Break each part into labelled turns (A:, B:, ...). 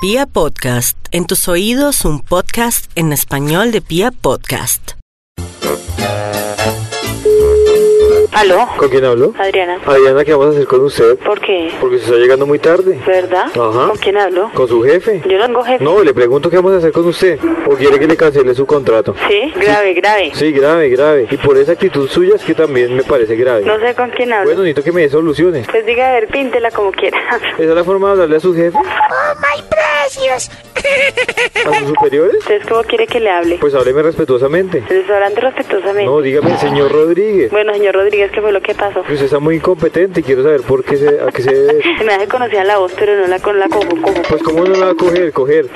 A: Pia Podcast, en tus oídos un podcast en español de Pia Podcast.
B: ¿Aló?
C: ¿Con quién hablo?
B: Adriana,
C: Adriana, ¿qué vamos a hacer con usted?
B: ¿por qué?
C: Porque usted está llegando muy tarde.
B: ¿Verdad?
C: Ajá.
B: ¿Con quién hablo?
C: ¿Con su jefe?
B: Yo tengo jefe.
C: No, le pregunto qué vamos a hacer con usted. ¿O quiere que le cancele su contrato?
B: Sí, grave, grave.
C: Sí, grave, grave. Y por esa actitud suya es que también me parece grave.
B: No sé con quién hablo.
C: Bueno, necesito que me dé soluciones.
B: Pues diga, a ver, píntela como quiera.
C: ¿Esa es la forma de hablarle a sus jefes?
D: Oh my precious!
C: ¿A sus superiores?
B: ¿Ustedes cómo quiere que le hable?
C: Pues hábleme respetuosamente.
B: Les estoy hablando respetuosamente.
C: No, dígame, señor Rodríguez.
B: Bueno, señor Rodríguez, ¿qué fue lo que pasó?
C: que Usted está muy incompetente y quiero saber por qué se, a qué se debe.
B: Se me hace conocida la voz, pero no la con la cojo, cojo.
C: Pues cómo no la va a coger, coger.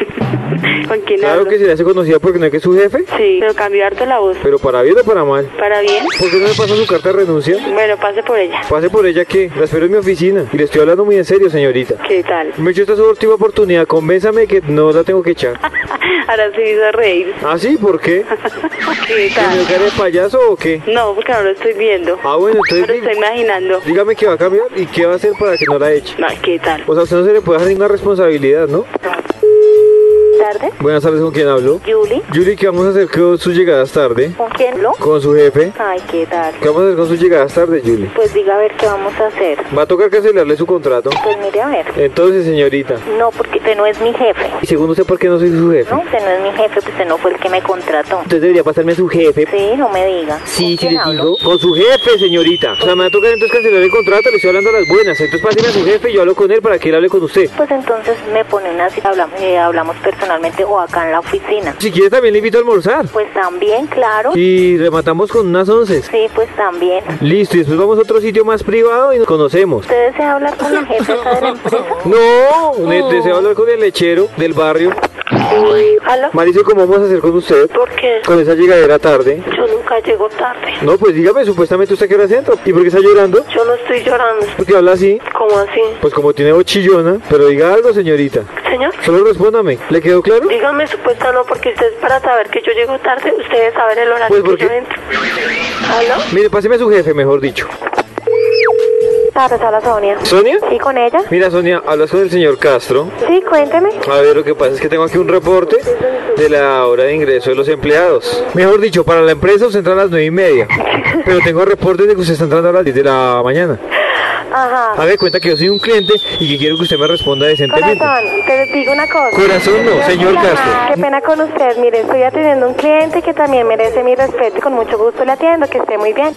B: ¿Con quién
C: Claro
B: hablo?
C: que se le hace conocida porque no es que es su jefe,
B: Sí, pero cambió harto la voz.
C: pero para bien o para mal.
B: ¿Para bien?
C: ¿Por qué no me pasa su carta de renuncia?
B: Bueno, pase por ella.
C: Pase por ella que la espero en mi oficina y le estoy hablando muy en serio, señorita.
B: ¿Qué tal?
C: Me he hecho esta es su última oportunidad, convénzame que no la tengo que echar.
B: Ahora sí me hizo reír.
C: ¿Ah, sí? ¿Por qué?
B: ¿Qué
C: ¿Me
B: tal?
C: cara de payaso o qué?
B: No, porque no lo estoy viendo.
C: Ah, bueno,
B: Me lo
C: entonces
B: estoy
C: dí-
B: imaginando.
C: dígame qué va a cambiar y qué va a hacer para que no la eche.
B: No, ¿qué tal?
C: O sea, usted no se le puede dar ninguna responsabilidad, ¿no?
E: tarde.
C: Buenas tardes, ¿con quién hablo?
E: Julie,
C: Yuri, ¿qué vamos a hacer con sus llegadas tarde?
E: ¿con quién hablo?
C: ¿Con su jefe?
E: Ay, ¿qué tal?
C: ¿Qué vamos a hacer con sus llegadas tarde, Yuri?
E: Pues diga a ver qué vamos a hacer.
C: Va a tocar cancelarle su contrato.
E: Pues mire a ver.
C: Entonces, señorita,
E: No, porque usted no es mi jefe.
C: y según usted, ¿por qué no soy su jefe?
E: No, usted no es mi jefe, pues usted no fue el que me contrató.
C: Usted debería pasarme a su jefe
E: Sí, no me diga.
C: Sí,
E: ¿Con
C: sí
E: quién
C: les
E: hablo?
C: digo. Con su jefe, señorita. O sea, me va a tocar entonces cancelar el contrato, le estoy hablando a las buenas. Entonces páseme a su jefe y yo hablo con él para que él hable con usted.
E: Pues entonces me pone una cita, hablamos, eh, hablamos personalmente o acá en la oficina.
C: Si quiere también le invito a almorzar.
E: Pues también, claro.
C: Y rematamos con unas once.
E: Sí, pues también.
C: Listo, y después vamos a otro sitio más privado y nos conocemos.
E: ¿Usted desea hablar con la jefe acá de la empresa?
C: No, le deseo hablar con el lechero del barrio.
B: ¿Aló?
C: Marisol, ¿cómo vamos a hacer con usted?
B: ¿Por qué?
C: Con esa llegadera tarde.
B: Yo nunca llego tarde.
C: No, pues dígame, supuestamente usted a qué hora se entra. ¿Y por qué está llorando?
B: Yo no estoy llorando.
C: ¿Por qué habla así?
B: ¿Cómo así?
C: Pues como tiene voz chillona. Pero diga algo, señorita.
B: Señor,
C: Solo respóndame. ¿Le quedó claro?
B: dígame su puesta no, porque usted es para saber que yo llego tarde, usted debe saber el horario
C: Pues, ¿por
B: que yo
C: qué?
B: entro. ¿Aló?
C: Mire, páseme a su jefe, mejor dicho.
E: Tardes, habla Sonia.
C: ¿Sonia?
E: ¿Sí con ella?
C: Mira, Sonia, hablas con el señor Castro.
E: Sí, cuénteme.
C: A ver, lo que pasa es que tengo aquí un reporte de la hora de ingreso de los empleados. Mejor dicho, para la empresa usted entra a las nueve y media. Pero tengo reportes de que usted está entrando a las 10 de la mañana.
E: Ajá.
C: Haga de cuenta que yo soy un cliente y que quiero que usted me responda decentemente.
E: Corazón, te digo una cosa.
C: Ah, Corazón no, señor
E: Qué
C: Castro.
E: pena con usted, mire, estoy atendiendo a un cliente que también merece mi respeto y con mucho gusto le atiendo, que esté muy bien.